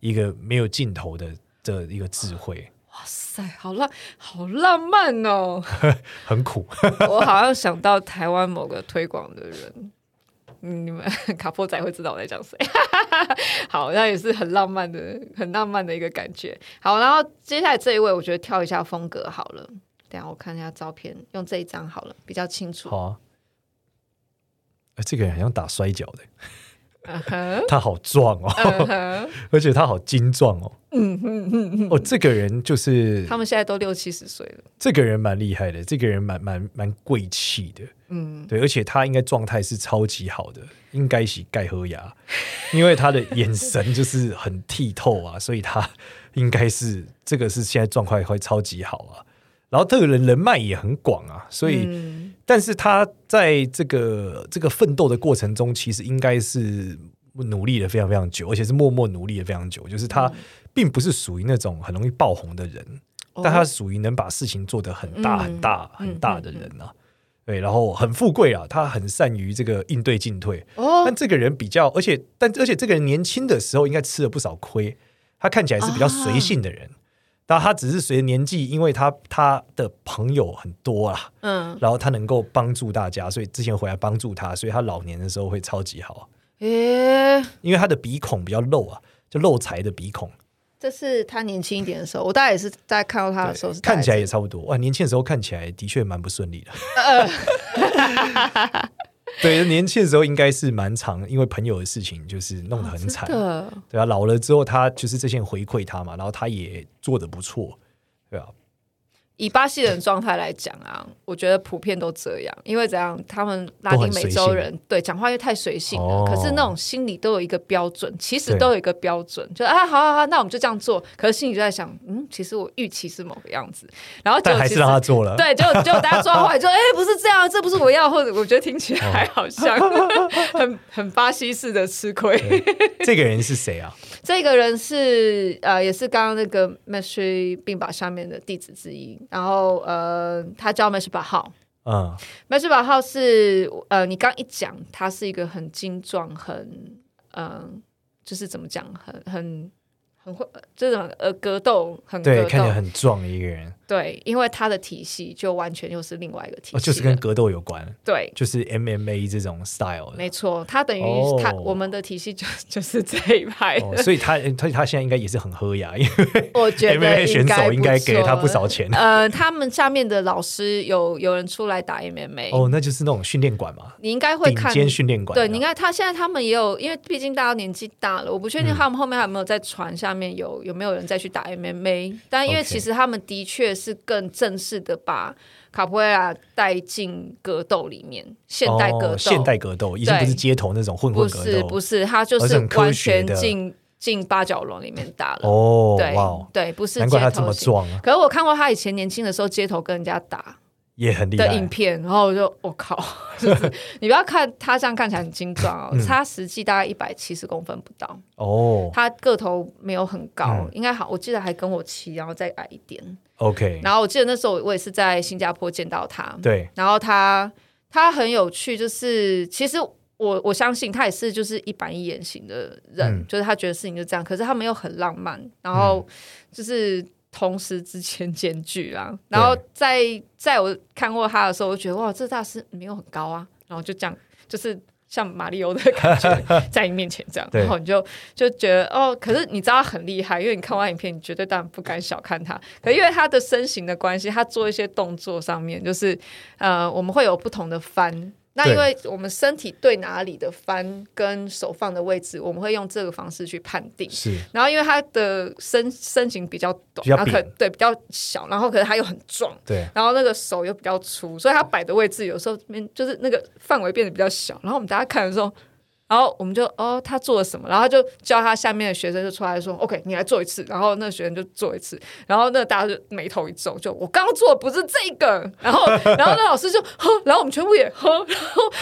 一个没有尽头的的一个智慧，
哇塞，好浪，好浪漫哦！
很苦。
我好像想到台湾某个推广的人，嗯你们 卡波仔会知道我在讲谁。 好，那也是很浪漫的，很浪漫的一个感觉。好，然后接下来这一位，我觉得跳一下风格好了。等一下我看一下照片，用这一张好了，比较清楚。
好啊，呃这个人好像打摔跤的，
嗯哼，
他好壮哦，
嗯哼，
而且他好精壮哦。
嗯
哦，这个人就是
他们现在都六七十岁了，
这个人蛮厉害的，这个人蛮蛮蛮贵气的，
嗯，
对，而且他应该状态是超级好的，应该是盖喝牙，因为他的眼神就是很剔透啊，所以他应该是这个是现在状况会超级好啊。然后这个人人脉也很广啊，所以、
嗯
但是他在这个这个奋斗的过程中，其实应该是努力了非常非常久，而且是默默努力了非常久。就是
嗯
他并不是属于那种很容易爆红的人，
哦
但他属于能把事情做得很
嗯
大很大、
嗯
很大的人啊。对，然后很富贵啊，他很善于这个应对进退。
哦
但这个人比较，而且但而且这个人年轻的时候应该吃了不少亏，他看起来是比较随性的
啊
人。但他只是随着年纪，因为他他的朋友很多啊，
嗯，
然后他能够帮助大家，所以之前回来帮助他，所以他老年的时候会超级好，
诶，
因为他的鼻孔比较漏啊，就漏财的鼻孔，
这是他年轻一点的时候，我大概也是在看到他的时候是大概
看起来也差不多。哇，年轻的时候看起来的确蛮不顺利的。
呃
对，年轻的时候应该是蛮长，因为朋友的事情就是弄得很惨。
真的，
对啊，老了之后他就是这些人回馈他嘛，然后他也做的不错，对啊，
以巴西人状态来讲啊，我觉得普遍都这样，因为怎样，他们拉丁美洲人对讲话又太随性了，
哦
可是那种心里都有一个标准，其实
对
都有一个标准，就啊，好好好，那我们就这样做，可是心里就在想，嗯，其实我预期是某个样子，然后结
但
果
还
其
是
实
让他做 了。
对，就就大家抓坏，就哎、不是这样，这不是我要，或者我觉得听起
哦
来好像、 很很巴西式的吃亏。
这个人是谁啊？
这个人是呃，也是刚刚那个 m e s h i 并把下面的弟子之一，然后呃，他叫 m e s h i 把号。
嗯，
m e s h i 把号是呃，你刚一讲，他是一个很精壮，很嗯、呃就是怎么讲，很很很会这种呃格斗，很格
对，看起
斗
来很壮的一个人，
对，因为他的体系就完全又是另外一个体系
哦，
了、
就是跟格斗有关。
对。
就是 MMA 这种 style 的
没错，他等于
哦
他、我们的体系就 就是这一派
哦，
的，
所以他他他现在应该也是很喝牙，因为
我觉得
MMA 选手应该给他不
错
少 钱。
呃，他们下面的老师有有人出来打 MMA，、
哦，那就是那种训练馆嘛，
你应该会
顶
看。
尖训练馆。
对，你看他现在他们也有，因为毕竟大家年纪大了，我不确
嗯
定他们后面还有没有在传下面有有没有人再去打 MMA，但因为
OK
其实他们的确是更正式的把卡普埃拉带进格斗里面，现代格斗，
哦、现代格斗已经不是街头那种混
不
混格
是
斗，
不是，他就
而是很科
完
学
全
的
进进八角笼里面打了。
哦，
对
哇哦，
对，不是
难怪他
街
这么
头型。
壮啊，
可是我看过他以前年轻的时候街头跟人家打
也很厉
的影
害。
片，然后我就我、靠， 就是你不要看他这样看起来很精壮哦，他实际大概一百七十公分不到，
嗯哦
他个头没有很高，
嗯
应该好，我记得还跟我齐，然后再矮一点。
，OK，
然后我记得那时候我也是在新加坡见到他，
对，
然后他他很有趣，就是其实我我相信他也是就是一板一眼型的人，
嗯
就是他觉得事情就这样，可是他们又很浪漫，然后就是同时之间兼具啦。然后在在我看过他的时候，我就觉得哇，这大师没有很高啊，然后就这样就是。像马里欧的感觉 在你面前这样，
对
然后你就就觉得哦，可是你知道他很厉害，因为你看完影片，你绝对当然不敢小看他。可因为他的身形的关系，他做一些动作上面，就是呃，我们会有不同的翻。那
对
因为我们身体对哪里的翻跟手放的位置，我们会用这个方式去判定。
是
然后因为他的身身形比较短，
比较
然后可
扁
对比较小，然后可是他又很壮，
对，
然后那个手又比较粗，所以他摆的位置有时候面就是那个范围变得比较小。然后我们大家看的时候，然后我们就哦，他做了什么？然后他就教他下面的学生就出来说：“OK，你来做一次。”然后那个学生就做一次，然后那大家就眉头一皱，就我刚刚做的不是这个。然后 然后那老师就呵，然后我们全部也呵，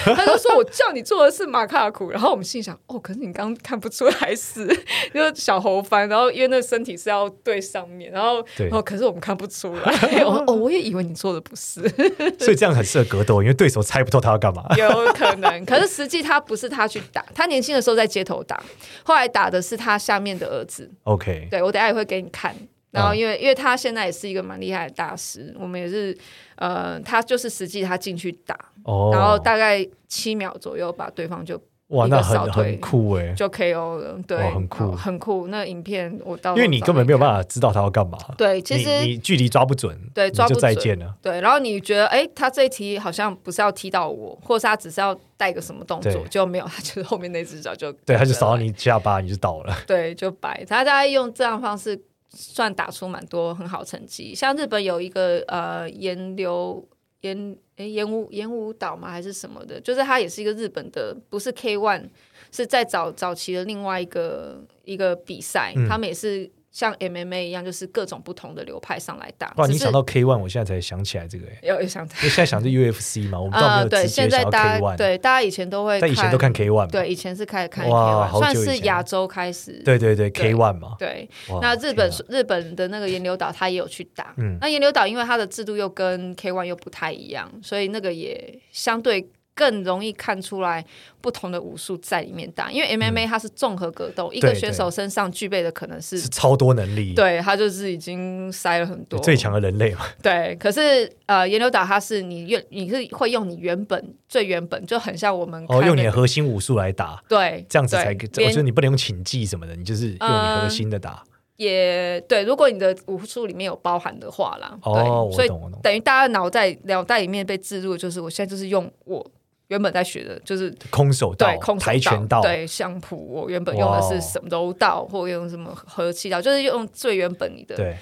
然后他就说：“我叫你做的是马卡苦。”然后我们心里想：“哦，可是你刚刚看不出来是 就是小猴翻。”然后因为那身体是要对上面，然后
对
然后可是我们看不出 来。我哦，我也以为你做的不是。
所以这样很适合格斗，因为对手猜不透他要干嘛。
有可能，可是实际他不是他去打，他年轻的时候在街头打，后来打的是他下面的儿子。
OK，
对我等一下也会给你看。然后，
啊
因为因为他现在也是一个蛮厉害的大师，我们也是，呃，他就是实际他进去打，
哦，
然后大概七秒左右把对方就
哇，
一个
那
扫
很
腿
很酷哎，
就 KO 了，对，
哇很酷
好很酷。那影片我到
因为你根本没有办法知道他要干嘛，
法，对，其实
你你距离抓不准，
对
你
抓不
就再
准
见了。
对，然后你觉得，哎，他这一题好像不是要踢到我，或是他只是要带个什么动作
对，
就没有，他就是后面那只脚就
对，他就扫到，你下巴，你就倒了。
对，就摆。他大概用这样的方式算打出蛮多很好成绩，像日本有一个呃岩流岩诶岩舞岩舞蹈嘛还是什么的，就是他也是一个日本的，不是 K one，是在早早期的另外一个一个比赛，
嗯
他们也是。像 MMA 一样，就是各种不同的流派上来打。
哇，
只
你
是
想到 K One，我现在才想起来这个哎，
有有想
因为现在想是 UFC 嘛，我们倒没
呃，
有
对，
直
现
接
在
想到
大
K
家
One，
对大家以前都会，
但以前都看 K One 嘛。
对，以前是开开
哇好久
算
以
是
前
亚洲开始，
对对对
对
，K One 嘛。
对
哇
那日本
天啊
日本的那个岩流岛，他也有去打。
嗯
那岩流岛因为它的制度又跟 K One 又不太一样，所以那个也相对更容易看出来不同的武术在里面打。因为 MMA 它是综合格斗，一个
嗯对
选手身上具备的可能是
哪啊是超多能力，
对他就是已经塞了很多
最强的人类嘛。
对，可是呃，岩流岛它是你用你是会用你原本最原本就很像我们
哦，
看
用你
那
的
个
核心武术来打，
对
这样子
对
才可以。我
连嗯
觉得你不能用请技什么的，你就是用你核心的打。
也对，如果你的武术里面有包含的话啦，
哦，
对，所
我
以
懂，我懂。
等于大家脑袋脑袋里面被置入，就是我现在就是用我原本在学的，就是
空手道
对、空手
跆拳道，
对相扑，我原本用的
哇哦
是什么柔道，或用什么和气道，就是用最原本你的
对，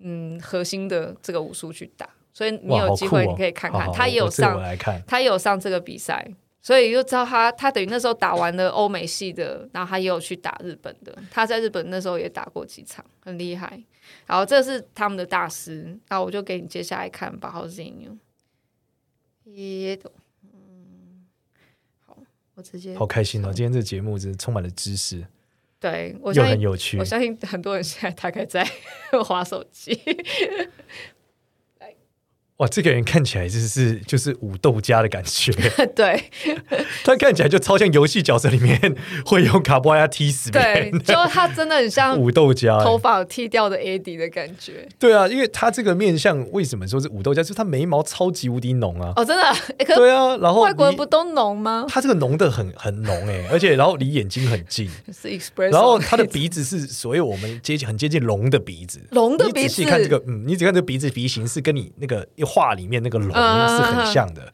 嗯核心的这个武术去打。所以你
哇
有
好
机
酷
会，
哦
你可以看
好
看，
好
他也
我
有
这我
上
来看。
他也有上这个比赛，所以就知道他他等于那时候打完了欧美系的，然后他也有去打日本的，他在日本那时候也打过几场，很厉害。然后这是他们的大师，那我就给你接下来看吧，好 z i n 也懂，嗯，好，我直接
好开心哦！今天这个节目真是充满了知识，
对嗯我
又
相
很
信
有趣
我。相信很多人现在大概在 划手 机，
哇，这个人看起来就是就是武斗家的感觉，
对
他看起来就超像游戏角色里面 会用卡布拉踢死 别
对
人，
就他真的很 像
武斗家。
头发剃掉的 AD 的感觉。
对啊，因为他这个面相为什么说是武斗家？就是他眉毛超级无敌浓啊。
哦，真的，欸、可是
对啊，然后
外国人
离
不都浓吗？
他这个浓的很很浓哎、而且然后离眼睛很 近，
是 express，哦
然后他的鼻子是所有我们接近很接近龙的鼻子，
龙的
你
鼻
仔
子
细，看这个，嗯，你只看这个鼻子鼻型是跟你那个画里面那个龙
啊
是很像 的，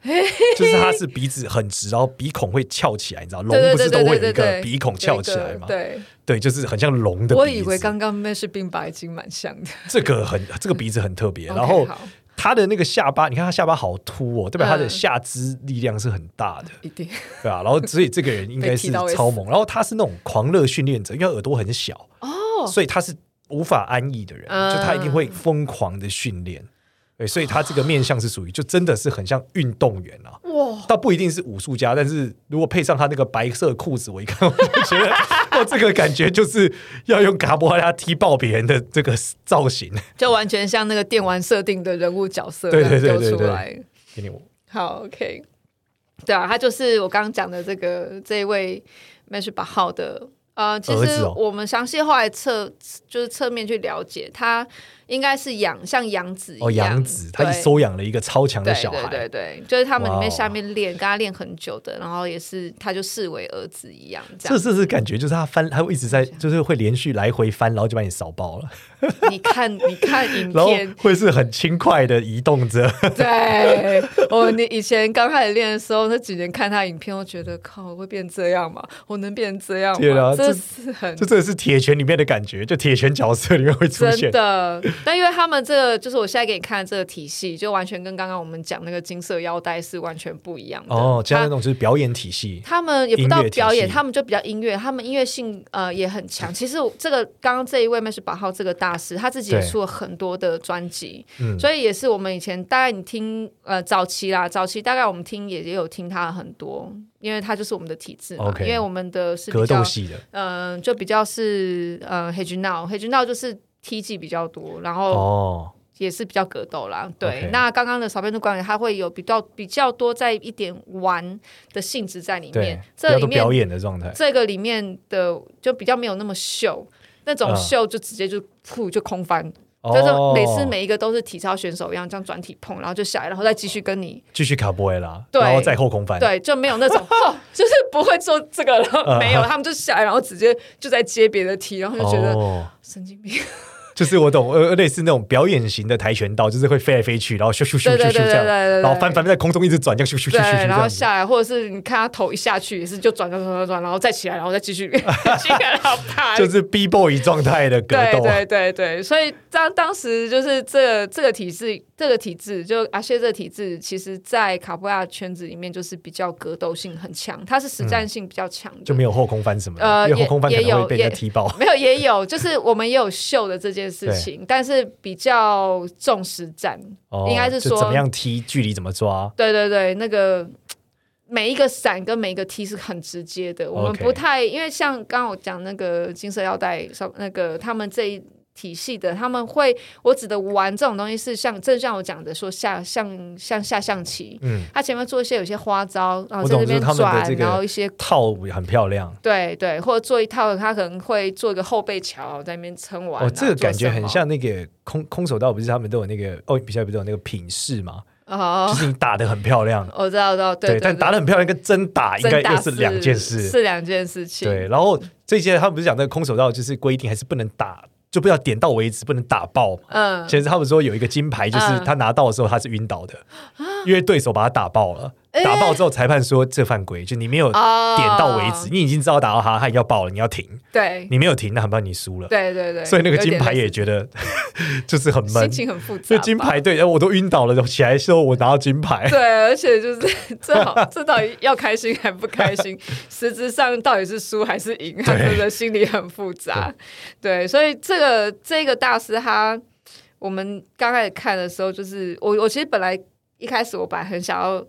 就是它是鼻子很直，然后鼻孔会翘起来，你知道龙
对对
不
对
是都
对
会有
对
一
对
个鼻孔翘起来
有一个
吗？
对，
对，就是很像龙的鼻子。
我以为刚刚那是冰白金蛮像的，
这个很这个鼻子很特别，
OK，
然后
好
它的那个下巴，你看它下巴好凸哦，代表它的
嗯
下肢力量是很大的。
一 定
对啊，然后所以这个人应该是超猛，然后他是那种狂热训练者，因为他耳朵很小哦，所以他是无法安逸的人，
嗯
就他一定会疯狂的训练，对，所以他这个面相是属于就真的是很像运动员啊。
哇，
倒不一定是武术家，但是如果配上他那个白色裤子，我一看我就觉得， 哇，这个感觉就是要用嘎布拉拉踢爆别人的这个造型。
就完全像那个电玩设定的人物角色
对对
这样
对对
丢出
对
来。
给你我
好，OK，对啊，他就是我刚刚讲的这个这一位 Mesh 八号的。呃，其
儿
实
子哦
我们详细后来侧就是侧面去了解，他应该是养像养子
哦，
一样，
杨子，他
对
收养了一个超强的
对
小孩，
对对对，就是他们里
哇哦
面下面练，跟他练很久的，然后也是他就视为儿子一样，这
这
样。
这是感觉，就是他翻，他会一直在，就是会连续来回翻，然后就把你扫爆了，
你看，你看影
然后
片，
会是很轻快的移 动着。
对我你以前刚开始练的时候，那几年看他影片，我觉得靠，我会变这样吗？我能变这样
天
吗？
啊
这
这
是很
就真的是铁拳里面的感觉，就铁拳角色里面会出
真
现。
的，但因为他们这个就是我现在给你看的这个体系，就完全跟刚刚我们讲那个金色腰带是完全不一样的。
哦，这样
它
那种就是表演体系，
他们也不到
音乐体系
表演，他们就比较音乐，他们音乐性呃也很强。其实我这个刚刚这一位麦是八号这个大师，他自己也
对
出了很多的专辑，
嗯
所以也是我们以前大概你听呃早期啦，早期大概我们听也也有听他很多，因为他就是我们的体质嘛
OK
因为我们的是比
格
较
斗系的。
嗯、就比较是呃 h e g e n o w h e g e n o w 就是踢技比较多，然后
哦，
也是比较格斗啦，对。
OK
那刚刚的少边度管理，它会有比较比较多在一点玩的性质在里
对
面，，
比
这
较
里
多表
面
演的状态。
这个里面的就比较没有那么秀，那种
嗯
秀就直接就噗就空翻，
哦
就是每次每一个都是体操选手一样，这样转体碰，然后就下来，然后再继续跟你
继续卡波埃拉，
对
然后再后空翻，
对，就没有 那种、哦、就是不会做这个了，
嗯
没有，他们就下来，然后直接就在接别的题，然后就觉得、
哦
神经病，
就是我懂，呃，类似那种表演型的跆拳道，就是会飞来飞去，然后咻咻咻咻
对对对
咻这
对对对
样，
对
然后翻翻在空中一直转，这样咻咻咻咻咻
对，
这样子。
然后下来，或者是你看他头一下去也是就转转转转转，然后再起来，然后再继续 继续，然后爬，
就是 B boy 状态的格
对
斗，啊
对对对，所以当当时就是这个这个体制，这个体制就阿谢这个体制，其实在卡布亚圈子里面就是比较格斗性很强，它是实战性比较强的，
嗯就没有后空翻什么的，
呃
因为
也
后空翻可
也
能
有
会被人
也
家踢爆。
没有也有，就是我们也有秀的这件事情，但是比较重实战，
哦
应该是
就
说
怎么样踢，距离怎么抓，
对对对，那个每一个闪跟每一个踢是很直接的，我们
OK
不太因为像刚刚我讲那个金色腰带，稍那个他们这一。体系的他们会，我指的玩这种东西是像，正像我讲的说下像像下象棋，
嗯，
他前面做一些有些花招，然后
我
在
懂
这边
就是他们的
转，
这个
然后一些
套很漂亮。
对对，或者做一套，他可能会做一个后背桥在那边撑完、啊。
哦，这个感觉
做什么
很像那个空空手道，不是他们都有那个奥运比赛，不是有那个品势嘛？就
哦，
是你打的很漂亮，
我知道，我知道，对对，
但打的很漂亮跟真打应
真
该
打
又是两件事。
是两件事情。
对，然后这些他们不是讲那个空手道就是规定还是不能打，就不要点到为止，不能打爆嘛。
嗯，
其实他们说有一个金牌，就
嗯
是
啊
他拿到的时候他是晕倒的，因为对手把他打爆了。
哎
打爆之后，裁判说这犯规，就你没有
哦
点到为止，你已经知道打到他，他已经要爆了，你要停，
对
你没有停，那很怕你输了。
对对对，
所以那个金牌
有
也
点
觉得 就是很
心
闷。
情很复杂
这
吧。
金牌对，哎我都晕倒了，起来之后我拿到金牌，
对，而且就是 这好，这到底要开心还不开 心？实质上到底是输还是赢？他真的心里很复杂。对，所以这个这个大师他，我们刚开始看的时候，就是我我其实本来一开始我本来很想要。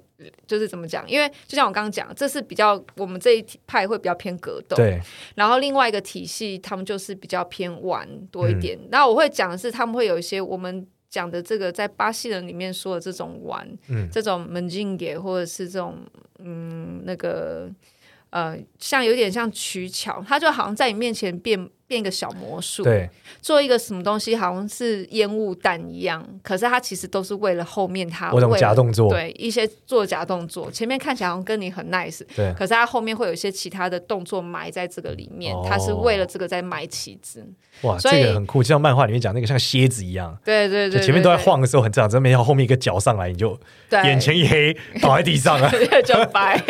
就是怎么讲，因为就像我刚刚讲，这是比较我们这一派会比较偏格斗，
对，
然后另外一个体系，他们就是比较偏玩多一点。
嗯
那我会讲的是，他们会有一些我们讲的这个在巴西人里面说的这种玩，
嗯
这种门禁给或者是这种嗯那个呃，像有点像取巧，他就好像在你面前变变一个小魔术，
对，
做一个什么东西，好像是烟雾弹一样，可是他其实都是为了后面他
我懂
为了
假动作，
对一些做假动作，前面看起来好像跟你很 nice，
对
可是他后面会有一些其他的动作埋在这个里面，
哦
他是为了这个在埋棋子。
哇，
所以
这个很酷，就像漫画里面讲那个像蝎子一样，
对对
就
对，
前面都在，晃的时候很正常，真没想到后面一个脚上来，你就
对
眼前一黑倒在地上啊 了。
就白。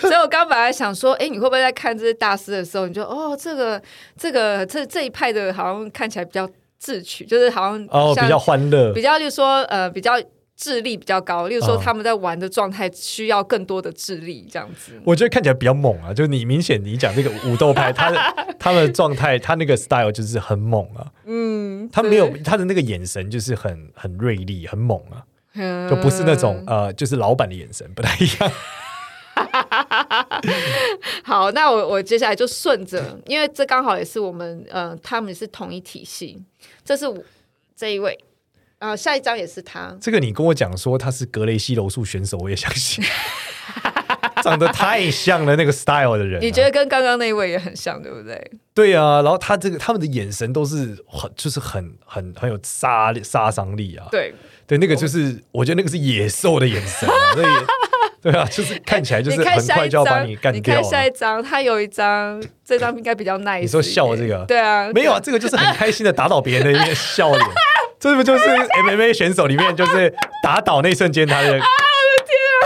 所以我刚本来想说，哎，你会不会在看这些大师的时候，你就哦，这个这个这这一派的好像看起来比较智取，就是好像
哦，
像
比较欢乐
比，较，例如说呃，比较智力比较高，例如说
嗯
他们在玩的状态需要更多的智力，这样子。
我觉得看起来比较猛啊。就是你明显你讲这个武斗 派，他的他的状态，他那个 style 就是很猛啊。嗯，他没有他的那个眼神就是很很锐利，很猛啊，
嗯
就不是那种呃，就是老板的眼神不太一样。
好，那我我接下来就顺着，因为这刚好也是我们呃，他们是同一体系，这是我这一位，啊、下一张也是他，
这个你跟我讲说他是格雷西柔术选手，我也相 信，长得太像了那个 style 的人啊、
你觉得跟刚刚那一位也很像，对不对？
对啊，然后他这个他们的眼神都是很就是很很很有杀力杀伤力啊，
对，
对，那个就是我觉得那个是野兽的眼 神、啊，所以对啊，就是看起来就是
你看
很
下
快
一
就要把
张，
你干
你
掉啊
看下
了。
一张，他有一张，这张应该比较 nice 一点。
说笑这个
对啊，
没有啊，这个就是很开心的打倒别人的一个 笑脸，这不就是 MMA 选手里面就是打倒那瞬间他
啊
的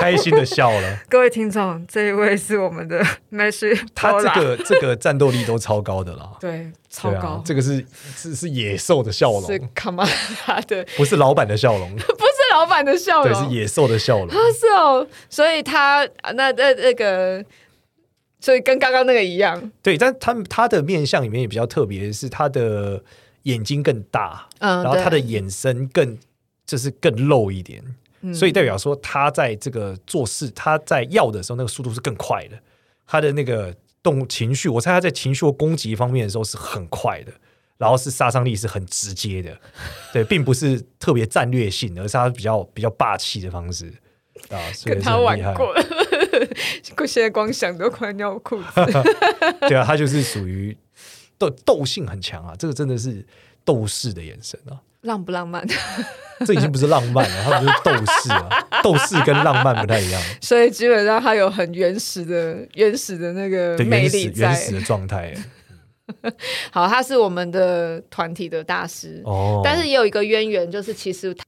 开心的笑了。
各位听众，这一位是我们 的 m e s s
他这个啊这个战斗力都超高的啦，
对超
对
高，
啊，这个是是是野兽的笑
是
容，
卡玛拉的，
不是老板的笑容，
不是老板的笑
对，
容，
是野兽的笑容。
啊，是哦，所以他啊那那那个，所以跟刚刚那个一样，
对，但他他的面相里面也比较特别，是他的眼睛更大，
嗯
然后他的
对
眼神更就是更露一点，
嗯
所以代表说他在这个做事，他在要的时候那个速度是更快的，他的那个动情绪，我猜他在情绪或攻击方面的时候是很快的。然后是杀伤力是很直 接的，对，并不是特别战略性，而是他比较比较霸气的方式啊，所以
跟
是
他
很
玩
厉害。
过， 现在光想都快尿裤子。
对啊，他就是属于斗斗性很强啊，这个真的是斗士的眼神啊，
浪不浪漫？
这已经不是浪漫了，他们就是斗士啊，斗士跟浪漫不太一样
所以基本上它有很原始的、原始的那个
的
魅
原
力
始原
在。
始的状态
好，他是我们的团体的大师，
哦。
但是也有一个渊源，就是其实他